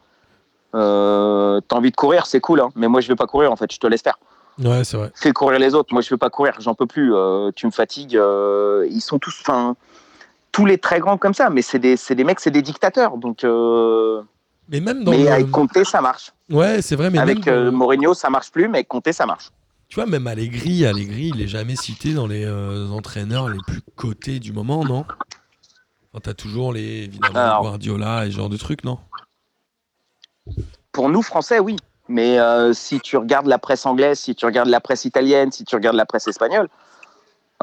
Speaker 5: Euh, T'as envie de courir, c'est cool, hein, mais moi je vais pas courir en fait, je te laisse faire.
Speaker 4: Ouais, c'est vrai.
Speaker 5: fais courir les autres. Moi, je peux pas courir, j'en peux plus. euh, tu me fatigues. euh, ils sont tous, enfin, tous les très grands comme ça. Mais c'est des, c'est des mecs, c'est des dictateurs. Donc, euh,
Speaker 4: Mais même dans
Speaker 5: mais
Speaker 4: le-
Speaker 5: avec Conte, ça marche.
Speaker 4: Ouais, c'est vrai, euh, mais même
Speaker 5: avec
Speaker 4: dans
Speaker 5: euh,
Speaker 4: le-
Speaker 5: Mourinho, ça marche plus, mais avec Conte, ça marche.
Speaker 4: Tu vois, même Allegri, Allegri, il est jamais cité dans les euh, entraîneurs les plus cotés du moment, non Enfin, T'as toujours les évidemment
Speaker 5: Alors.
Speaker 4: Guardiola et ce genre de trucs, non
Speaker 5: Pour nous, Français, oui. Mais euh, si tu regardes la presse anglaise, si tu regardes la presse italienne, si tu regardes la presse espagnole,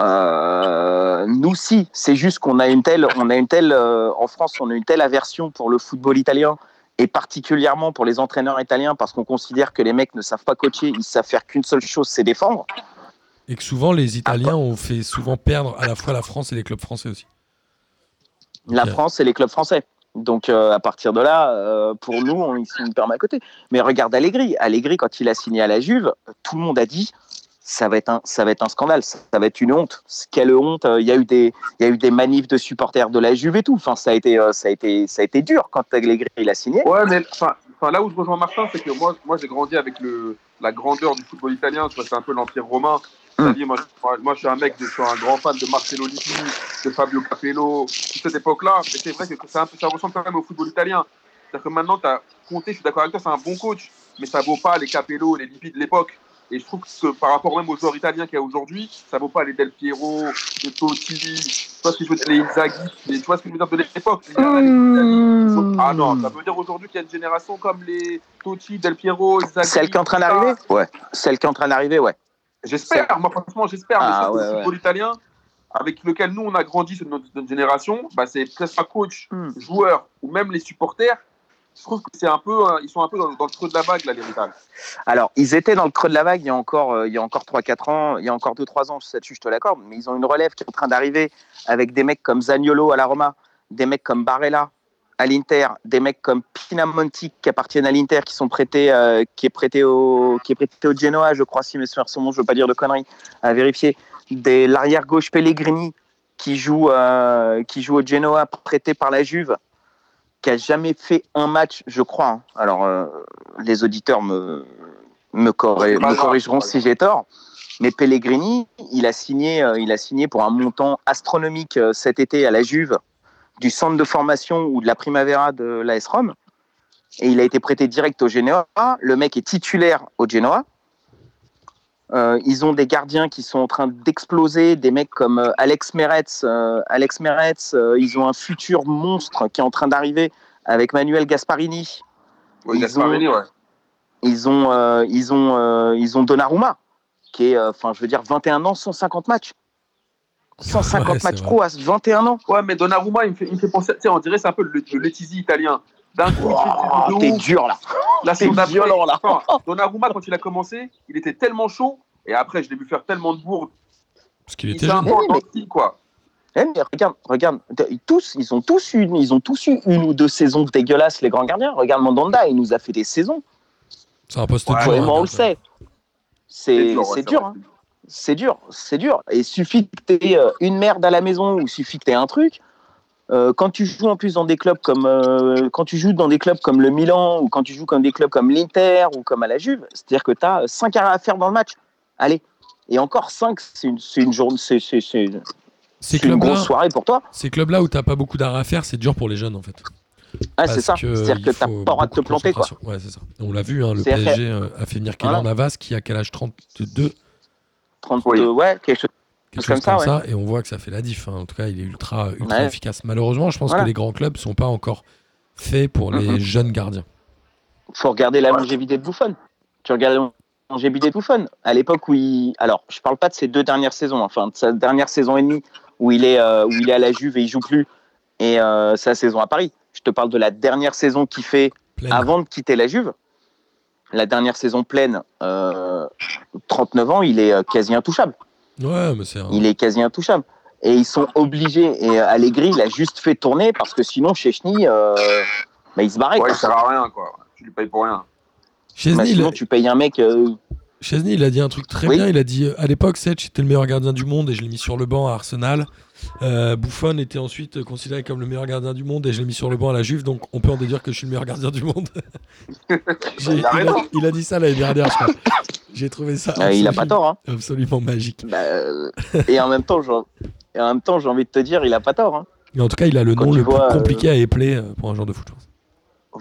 Speaker 5: euh, nous si. C'est juste qu'on a une telle, on a une telle euh, en France, on a une telle aversion pour le football italien et particulièrement pour les entraîneurs italiens parce qu'on considère que les mecs ne savent pas coacher, ils savent faire qu'une seule chose, c'est défendre.
Speaker 4: Et que souvent les Italiens ont fait souvent perdre à la fois la France et les clubs français aussi.
Speaker 5: La
Speaker 4: Ok.
Speaker 5: France et les clubs français. Donc euh, à partir de là, euh, pour nous, on, ils sont hyper mal cotés. Mais regarde Allegri. Allegri, quand il a signé à la Juve, tout le monde a dit ça va être un, ça va être un scandale, ça, ça va être une honte. Quelle honte Euh, Il y a eu des, il y a eu des manifs de supporters de la Juve et tout. Enfin, ça a été, euh, ça a été, ça a été dur quand Allegri il a signé.
Speaker 6: Ouais, mais enfin, enfin, là où je rejoins Martin, c'est que moi, moi j'ai grandi avec le, la grandeur du football italien. Tu vois, c'est un peu l'Empire romain. C'est-à-dire, Moi, je- moi, je suis un mec, je suis un grand fan de Marcelo Lippi, de Fabio Capello, toute cette époque-là. Mais c'est vrai que c'est un peu- ça ressemble quand même au football italien. C'est-à-dire que maintenant, tu as Conte, je suis d'accord avec toi, c'est un bon coach, mais ça vaut pas les Capello, les Lippi de l'époque. Et je trouve que ce- par rapport même aux joueurs italiens qu'il y a aujourd'hui, ça vaut pas les Del Piero, les Totti, tu vois ce que je veux dire, les Inzaghi, les- tu vois ce que je veux dire de l'époque. les Hernandez,
Speaker 5: Mm.
Speaker 6: les Inzaghi,
Speaker 5: Hmm.
Speaker 6: ils sont- Ah non, ça veut dire aujourd'hui qu'il y a une génération comme les Totti, Del Piero, Inzaghi.
Speaker 5: Celle qui est en train
Speaker 6: tout ça.
Speaker 5: d'arriver Ouais. Celle qui est en train d'arriver, ouais.
Speaker 6: J'espère, moi franchement j'espère. mais
Speaker 5: Ah,
Speaker 6: je pense que
Speaker 5: ouais,
Speaker 6: le football italien, avec lequel nous on a grandi, c'est notre, notre génération, bah, c'est que ce soit coach,
Speaker 5: Hmm.
Speaker 6: joueur ou même les supporters, je trouve que c'est un peu, euh, ils sont un peu dans, dans le creux de la vague là, les Italiens.
Speaker 5: Alors, ils étaient dans le creux de la vague il y a encore, euh, il y a encore 3-4 ans, il y a encore 2-3 ans, là-dessus je te l'accorde, mais ils ont une relève qui est en train d'arriver avec des mecs comme Zaniolo à la Roma, des mecs comme Barella à l'Inter, des mecs comme Pinamonti qui appartiennent à l'Inter, qui sont prêtés, euh, qui est prêté au, qui est prêté au Genoa, je crois, si mes souvenirs sont bons, je veux pas dire de conneries, à vérifier. Des l'arrière gauche Pellegrini qui joue, euh, qui joue au Genoa, prêté par la Juve, qui a jamais fait un match, je crois. hein. Alors, euh, les auditeurs me, me, corré-
Speaker 6: C'est pas
Speaker 5: me
Speaker 6: grave.
Speaker 5: corrigeront si j'ai tort. Mais Pellegrini, il a signé, euh, il a signé pour un montant astronomique euh, cet été à la Juve du centre de formation ou de la Primavera de l'AS Rome. Et il a été prêté direct au Genoa. Le mec est titulaire au Genoa. Euh, ils ont des gardiens qui sont en train d'exploser, des mecs comme euh, Alex Meretz. euh, Alex Meretz, euh, ils ont un futur monstre qui est en train d'arriver avec Manuel Gasparini.
Speaker 6: Ouais,
Speaker 5: Ils
Speaker 6: Gasparini, ouais.
Speaker 5: Ils ont, euh, ils ont, euh, ils ont Donnarumma, qui est, euh, enfin, je veux dire, 21 ans, 150 matchs. 150
Speaker 4: Ouais, c'est
Speaker 5: matchs
Speaker 4: vrai.
Speaker 5: pro à 21 ans.
Speaker 6: Ouais, mais Donnarumma, il me fait, il me fait penser, tu sais, on dirait c'est un peu le, le Letizy italien. D'un coup,
Speaker 5: Oh,
Speaker 6: il fait des
Speaker 5: t'es
Speaker 6: trucs de ouf.
Speaker 5: dur là.
Speaker 6: la
Speaker 5: T'es
Speaker 6: saison d'après,
Speaker 5: violent là.
Speaker 6: enfin, Donnarumma, quand il a commencé, il était tellement chaud, et après, je l'ai vu faire tellement de bourdes.
Speaker 4: Parce qu'il
Speaker 6: Il
Speaker 4: était
Speaker 6: était un
Speaker 4: jeune.
Speaker 6: peu en dentille, quoi.
Speaker 5: Eh, mais regarde, regarde, t'as- tous, ils ont tous eu, ils ont tous eu une ou deux saisons dégueulasses les grands gardiens. Regarde Mandanda, il nous a fait des saisons.
Speaker 4: C'est un poste
Speaker 6: Ouais,
Speaker 4: dur.
Speaker 5: Toi et
Speaker 4: hein,
Speaker 5: moi, on le
Speaker 4: Bertrand.
Speaker 5: sait. C'est
Speaker 6: ouais,
Speaker 5: c'est
Speaker 6: c'est
Speaker 5: dur,
Speaker 6: vrai.
Speaker 5: hein. c'est dur, c'est dur. Et il suffit que tu aies une merde à la maison ou suffit que tu aies un truc. Euh, quand tu joues en plus dans des clubs comme euh, quand tu joues dans des clubs comme le Milan ou quand tu joues comme des clubs comme l'Inter ou comme à la Juve, c'est-à-dire que tu as 5 arrêts à faire dans le match. Allez, et encore 5, c'est une, c'est une journée, c'est c'est- c'est-
Speaker 4: Ces
Speaker 5: c'est une grosse
Speaker 4: clubs-là
Speaker 5: soirée pour toi.
Speaker 4: ces clubs-là où t'as pas beaucoup d'arrêt à faire, c'est dur pour les jeunes en fait.
Speaker 5: Ah,
Speaker 4: Parce
Speaker 5: c'est ça.
Speaker 4: que
Speaker 5: C'est-à-dire
Speaker 4: il
Speaker 5: que t'as
Speaker 4: faut
Speaker 5: pas le droit de
Speaker 4: beaucoup
Speaker 5: te planter, quoi.
Speaker 4: concentration. Ouais, c'est ça. On l'a vu, hein, le
Speaker 5: C'est-à-dire
Speaker 4: PSG euh, a fait venir Kylian
Speaker 5: Voilà.
Speaker 4: Navas qui a quel âge 32
Speaker 5: 32, euh, ouais, quelque chose.
Speaker 4: quelque
Speaker 5: Comme
Speaker 4: chose
Speaker 5: ça,
Speaker 4: comme ça, et on voit que ça fait la diff. hein. En tout cas, il est ultra, ultra
Speaker 5: Ouais.
Speaker 4: efficace. Malheureusement, je pense
Speaker 5: Voilà.
Speaker 4: que les grands clubs sont pas encore faits pour les
Speaker 6: Mhm.
Speaker 4: jeunes gardiens.
Speaker 5: faut regarder la longévité de Bouffon. Tu regardes la longévité de Bouffon. À l'époque où il. Alors, je parle pas de ses deux dernières saisons, enfin, de sa dernière saison et demie où il est, euh, où il est à la Juve et il joue plus, et euh, sa saison à Paris. Je te parle de la dernière saison qu'il fait
Speaker 4: Pleine.
Speaker 5: avant de quitter la Juve. La dernière saison pleine, euh, 39 ans, il est euh, quasi intouchable.
Speaker 4: Ah Ouais, mais c'est un-
Speaker 5: Il est quasi intouchable. Et ils sont obligés. Et euh, Allegri, il a juste fait tourner parce que sinon, Chechny, euh, bah, il se barrait.
Speaker 6: Ouais,
Speaker 5: quoi.
Speaker 6: il sert à rien, quoi. Tu lui payes pour rien.
Speaker 4: Chesney,
Speaker 5: Bah,
Speaker 4: il a-
Speaker 5: sinon, tu payes un mec. euh,
Speaker 4: Chesney, il a dit un truc très
Speaker 5: Oui.
Speaker 4: bien. Il a dit euh, à l'époque, Setch était le meilleur gardien du monde et je l'ai mis sur le banc à Arsenal. Euh, Buffon était ensuite euh, considéré comme le meilleur gardien du monde et je l'ai mis sur le banc à la Juve. Donc on peut en déduire que je suis le meilleur gardien du monde.
Speaker 6: Il
Speaker 4: J'ai-
Speaker 6: a
Speaker 4: il, a,
Speaker 6: raison.
Speaker 4: il a dit ça l'année dernière. je crois. J'ai trouvé ça
Speaker 5: Euh, il a
Speaker 4: absolument-
Speaker 5: pas tort. Hein.
Speaker 4: absolument magique.
Speaker 5: Bah, euh, et en même temps, j'ai et en même temps, j'ai envie de te dire, il a pas tort. Hein.
Speaker 4: Mais en tout cas, il a le
Speaker 5: Quand
Speaker 4: nom
Speaker 5: tu
Speaker 4: le
Speaker 5: vois,
Speaker 4: plus
Speaker 5: euh,
Speaker 4: compliqué à épeler euh, pour un genre de foot. je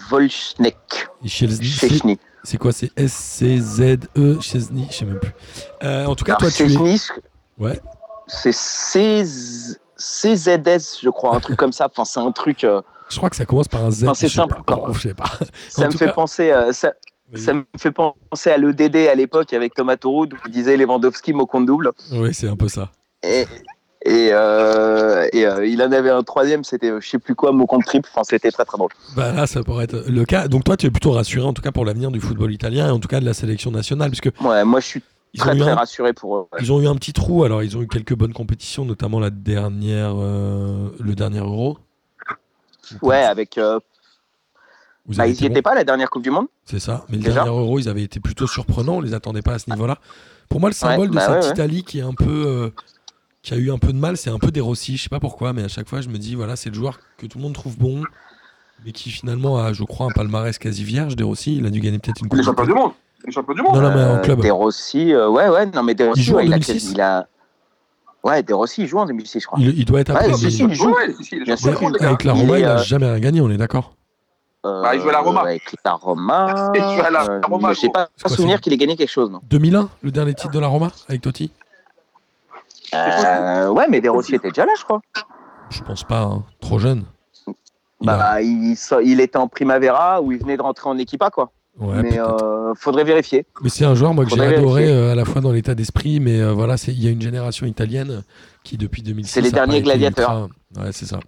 Speaker 4: pense.
Speaker 5: Volchnek,
Speaker 4: Et Chesney, c'est-
Speaker 5: Chechny.
Speaker 4: c'est quoi C'est S-C-Z-E Chesney E, Je sais même plus. Euh, en tout cas,
Speaker 5: Alors,
Speaker 4: toi, tu es.
Speaker 5: Chechny,
Speaker 4: Ouais.
Speaker 5: c'est CZ CZS, je crois, un truc comme ça. Enfin, c'est un truc. euh,
Speaker 4: Je crois que ça commence par un Z.
Speaker 5: Non, c'est
Speaker 4: je sais
Speaker 5: simple,
Speaker 4: pas.
Speaker 5: quoi.
Speaker 4: Je sais pas. En
Speaker 5: ça me
Speaker 4: tout
Speaker 5: fait
Speaker 4: cas-
Speaker 5: penser. euh, ça, ça me fait penser à l'EDD à l'époque avec Thomas Tauroud où il disait Lewandowski mot compte double.
Speaker 4: Oui, c'est un peu ça.
Speaker 5: Et, et, euh, et, euh, il en avait un troisième, c'était euh, je sais plus quoi, mot compte triple. Enfin, c'était très très drôle.
Speaker 4: Bah là, ça pourrait être le cas. Donc toi, tu es plutôt rassuré, en tout cas pour l'avenir du football italien et en tout cas de la sélection nationale, puisque
Speaker 5: Ouais, moi, je suis
Speaker 4: ils ont,
Speaker 5: très
Speaker 4: eu
Speaker 5: très
Speaker 4: un,
Speaker 5: rassuré pour eux. ouais.
Speaker 4: ils ont eu un petit trou. Alors, ils ont eu quelques bonnes compétitions, notamment la dernière, euh, le dernier Euro.
Speaker 5: Ouais, avec. euh,
Speaker 4: Vous
Speaker 5: bah,
Speaker 4: avez
Speaker 5: ils
Speaker 4: été
Speaker 5: y étaient pas à la dernière Coupe du Monde.
Speaker 4: C'est ça. Mais le
Speaker 5: Déjà.
Speaker 4: dernier Euro, ils avaient été plutôt surprenants. On les attendait pas à ce niveau-là. Pour moi, le symbole de
Speaker 5: bah
Speaker 4: cette
Speaker 5: ouais, ouais.
Speaker 4: Italie qui est un peu, euh, qui a eu un peu de mal, c'est un peu des Rossi. Je sais pas pourquoi, mais à chaque fois, je me dis, voilà, c'est le joueur que tout le monde trouve bon, mais qui finalement a, je crois, un palmarès quasi vierge. Des Rossi, il a dû gagner peut-être une coupe.
Speaker 6: Il est
Speaker 4: de
Speaker 6: champion
Speaker 4: tête.
Speaker 6: du monde. Il est champion du
Speaker 4: Non,
Speaker 6: monde.
Speaker 4: non, mais Ah, bah, en
Speaker 5: Euh,
Speaker 4: club.
Speaker 5: De Rossi, euh, ouais, ouais, non, mais De Rossi,
Speaker 4: joue en
Speaker 5: ouais, il, a,
Speaker 4: 2006?
Speaker 5: il a- Ouais, De Rossi, il joue en 2006, je crois.
Speaker 4: Il, il doit être
Speaker 5: Ouais,
Speaker 4: après.
Speaker 5: si,
Speaker 4: mais-
Speaker 5: si, il joue.
Speaker 6: Ouais, si, si, il est
Speaker 5: Bien
Speaker 6: champion du monde, les
Speaker 4: Avec
Speaker 6: gars.
Speaker 4: la Roma,
Speaker 5: Il
Speaker 4: il
Speaker 5: est,
Speaker 4: n'a
Speaker 5: euh,
Speaker 4: jamais rien gagné, on est d'accord.
Speaker 5: euh,
Speaker 6: Bah, il joue à la Roma.
Speaker 5: Avec la Roma.
Speaker 6: Il joue à la
Speaker 5: Euh,
Speaker 6: Roma,
Speaker 5: mais j'ai
Speaker 6: gros.
Speaker 5: pas
Speaker 4: quoi, c'est
Speaker 5: souvenir
Speaker 4: bon
Speaker 5: qu'il ait gagné quelque chose, non.
Speaker 4: 2001, le dernier titre de la Roma avec Totti
Speaker 5: Euh, ouais, mais Verratti était déjà là, je crois.
Speaker 4: Je pense pas, hein. trop jeune. Il a-
Speaker 5: Bah, il, so- il était en Primavera où il venait de rentrer en Equipa, quoi.
Speaker 4: ouais,
Speaker 5: mais
Speaker 4: peut-être.
Speaker 5: euh, faudrait vérifier.
Speaker 4: Mais c'est un joueur moi, que j'ai
Speaker 5: faudrait
Speaker 4: adoré
Speaker 5: vérifier.
Speaker 4: euh, à la fois dans l'état d'esprit, mais euh, voilà, c'est- il y a une génération italienne qui depuis 2006.
Speaker 5: C'est les
Speaker 4: a pas
Speaker 5: derniers
Speaker 4: été
Speaker 5: gladiateurs.
Speaker 4: ultra- Ouais, c'est ça.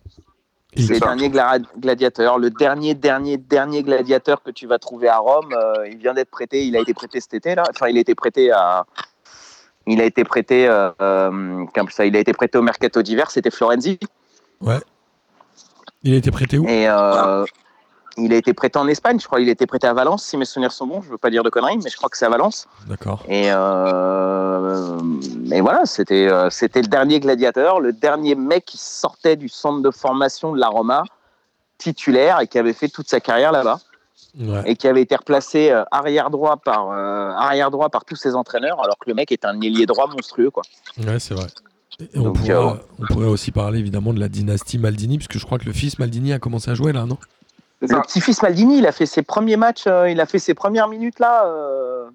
Speaker 4: Et
Speaker 5: C'est le
Speaker 6: ça.
Speaker 5: dernier gla- gladiateur, le dernier, dernier, dernier gladiateur que tu vas trouver à Rome. euh, il vient d'être prêté, il a été prêté cet été, là. Enfin, il a été prêté à. Il a été prêté, euh, euh, comme ça, il a été prêté au mercato d'hiver, c'était Florenzi.
Speaker 4: Il a été prêté où
Speaker 5: Et euh, il a été prêté en Espagne, je crois. Il a été prêté à Valence, si mes souvenirs sont bons. Je veux pas dire de conneries, mais je crois que c'est à Valence.
Speaker 4: D'accord.
Speaker 5: Et, euh, et voilà, c'était euh, c'était le dernier gladiateur, le dernier mec qui sortait du centre de formation de la Roma, titulaire, et qui avait fait toute sa carrière là-bas,
Speaker 4: Ouais.
Speaker 5: et qui avait été replacé euh, arrière droit par euh, arrière droit par tous ses entraîneurs, alors que le mec est un ailier droit monstrueux, quoi.
Speaker 4: Ouais, c'est vrai. Et on,
Speaker 5: Donc,
Speaker 4: pourrait,
Speaker 5: euh,
Speaker 4: on pourrait aussi parler évidemment de la dynastie Maldini, puisque je crois que le fils Maldini a commencé à jouer là, non
Speaker 6: C'est
Speaker 5: Le
Speaker 6: ça.
Speaker 5: petit-fils Maldini, il a fait ses premiers matchs, euh, il a fait ses premières minutes là, euh,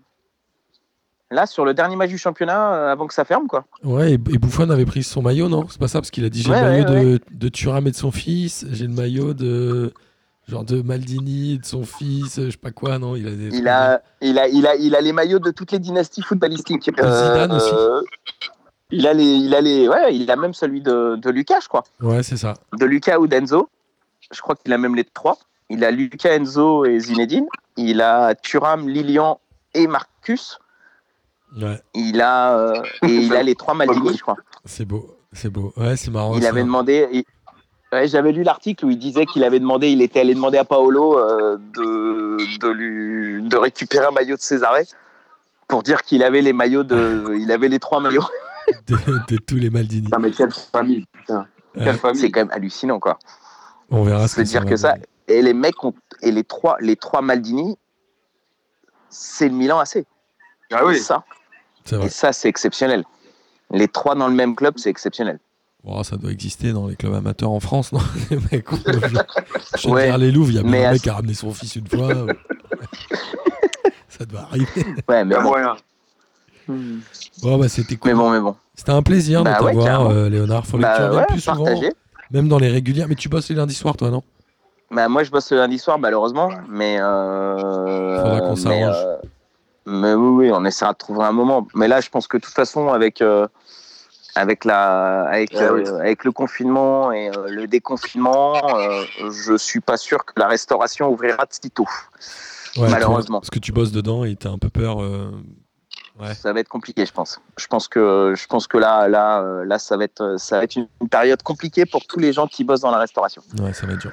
Speaker 5: là sur le dernier match du championnat euh, avant que ça ferme quoi.
Speaker 4: Ouais, et, et Buffon avait pris son maillot, non C'est pas ça, parce qu'il a dit j'ai
Speaker 5: Ouais,
Speaker 4: le maillot de,
Speaker 5: ouais,
Speaker 4: de Thuram et de son fils, j'ai le maillot de genre de Maldini, de son fils, je sais pas quoi, non Il a, des trucs
Speaker 5: Il a, il a, il a, il a les maillots de toutes les dynasties footballistiques. Euh,
Speaker 4: Zidane aussi.
Speaker 5: il a les, il a les, ouais, il a même celui de, de Lucas, je crois,
Speaker 4: de- Ouais, c'est ça.
Speaker 5: de Lucas ou d'Enzo. Je crois qu'il a même les trois. Il a Lucas, Enzo et Zinedine. Il a Thuram, Lilian et Marcus.
Speaker 4: Ouais.
Speaker 5: Il a, euh, et il a les trois Maldini, je crois.
Speaker 4: C'est beau, c'est beau. Ouais, c'est marrant.
Speaker 5: il
Speaker 4: Oh, ça. hein.
Speaker 5: avait demandé. il- Ouais, J'avais lu l'article où il disait qu'il avait demandé, il était allé demander à Paolo euh, de, de, lui, de récupérer un maillot de Césaré pour dire qu'il avait les maillots de, il avait les trois maillots.
Speaker 4: de, de tous les Maldini.
Speaker 6: Putain, mais quelle famille, putain.
Speaker 4: Ouais.
Speaker 6: Quelle famille.
Speaker 5: C'est quand même hallucinant quoi.
Speaker 4: On verra ce
Speaker 5: Se dire
Speaker 4: va
Speaker 5: que ça
Speaker 4: donner.
Speaker 5: et les mecs ont- et les trois, les trois Maldini, c'est le Milan AC.
Speaker 6: Ah oui.
Speaker 5: Ça
Speaker 4: C'est
Speaker 5: et
Speaker 4: vrai.
Speaker 5: ça c'est exceptionnel. Les trois dans le même club, c'est exceptionnel.
Speaker 4: Oh, ça doit exister dans les clubs amateurs en France, non Les mecs, on- je- je
Speaker 5: Ouais.
Speaker 4: veux dire, les Louvres, il y a
Speaker 5: Mais
Speaker 4: plein
Speaker 5: à-
Speaker 4: de mecs qui a ramené son fils une fois. ça doit arriver.
Speaker 5: Ouais, mais
Speaker 6: Il y a
Speaker 5: bon,
Speaker 6: moyen.
Speaker 4: Bon, bah, c'était cool.
Speaker 5: mais bon, mais bon.
Speaker 4: C'était un plaisir
Speaker 5: Bah
Speaker 4: de
Speaker 5: ouais,
Speaker 4: t'avoir,
Speaker 5: carrément.
Speaker 4: euh, Léonard. Faut que tu
Speaker 5: Bah
Speaker 4: reviennes
Speaker 5: ouais,
Speaker 4: plus souvent,
Speaker 5: partagez.
Speaker 4: même dans les régulières. Mais tu bosses les lundis soirs, toi, non
Speaker 5: Bah, moi, je bosse le lundi soir, malheureusement, mais. Euh,
Speaker 4: Faudra qu'on
Speaker 5: mais,
Speaker 4: s'arrange.
Speaker 5: euh, mais oui, oui, on essaiera de trouver un moment. Mais là, je pense que de toute façon, avec, euh, avec, la, avec,
Speaker 6: Ouais,
Speaker 5: euh, avec le confinement et euh, le déconfinement, euh, je suis pas sûr que la restauration ouvrira de sitôt.
Speaker 4: Ouais,
Speaker 5: Malheureusement.
Speaker 4: toi, Parce que tu bosses dedans et t'as un peu peur. euh, Ouais.
Speaker 5: Ça va être compliqué, je pense. Je pense que, je pense que là, là, euh, là ça, va être, ça va être une une période compliquée pour tous les gens qui bossent dans la restauration.
Speaker 4: Ouais, ça va être dur.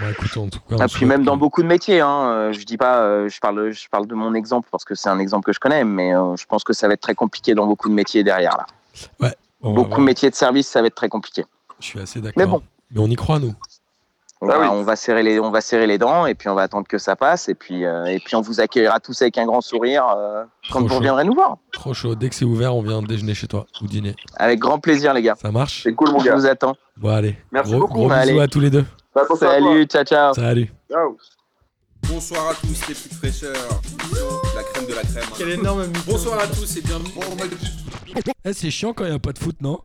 Speaker 4: Ouais, écoute, en tout cas. on
Speaker 5: Ah, puis
Speaker 4: souhaite
Speaker 5: même
Speaker 4: que-
Speaker 5: dans beaucoup de métiers, hein, euh, je dis pas, euh, je parle, je parle de mon exemple parce que c'est un exemple que je connais, mais euh, je pense que ça va être très compliqué dans beaucoup de métiers derrière là.
Speaker 4: on va
Speaker 5: beaucoup
Speaker 4: voir.
Speaker 5: de métiers de service, ça va être très compliqué.
Speaker 4: Je suis assez d'accord.
Speaker 5: Mais bon.
Speaker 4: Mais on y croit, nous.
Speaker 5: On,
Speaker 6: Ah
Speaker 5: va,
Speaker 6: oui.
Speaker 5: on va serrer les, on va serrer les dents et puis on va attendre que ça passe et puis euh, et puis on vous accueillera tous avec un grand sourire euh,
Speaker 4: Trop
Speaker 5: quand vous
Speaker 4: chaud.
Speaker 5: reviendrez nous voir.
Speaker 4: Trop chaud. Dès que c'est ouvert, on vient déjeuner chez toi ou dîner.
Speaker 5: Avec grand plaisir les gars.
Speaker 4: Ça marche
Speaker 6: C'est cool, mon
Speaker 5: Je
Speaker 6: gars.
Speaker 5: vous attends.
Speaker 4: Bon, allez.
Speaker 6: Merci
Speaker 4: gros,
Speaker 6: beaucoup.
Speaker 4: Gros
Speaker 5: bah, Allez.
Speaker 4: bisous à tous les deux.
Speaker 6: Fais attention à toi.
Speaker 5: Salut, ciao ciao.
Speaker 4: Salut.
Speaker 6: Ciao.
Speaker 1: Bonsoir à tous les petites fraîcheurs. La crème de la crème.
Speaker 2: Quelle énorme
Speaker 1: Bonsoir à tous et bienvenue.
Speaker 3: Eh, c'est chiant quand il n'y a pas de foot, non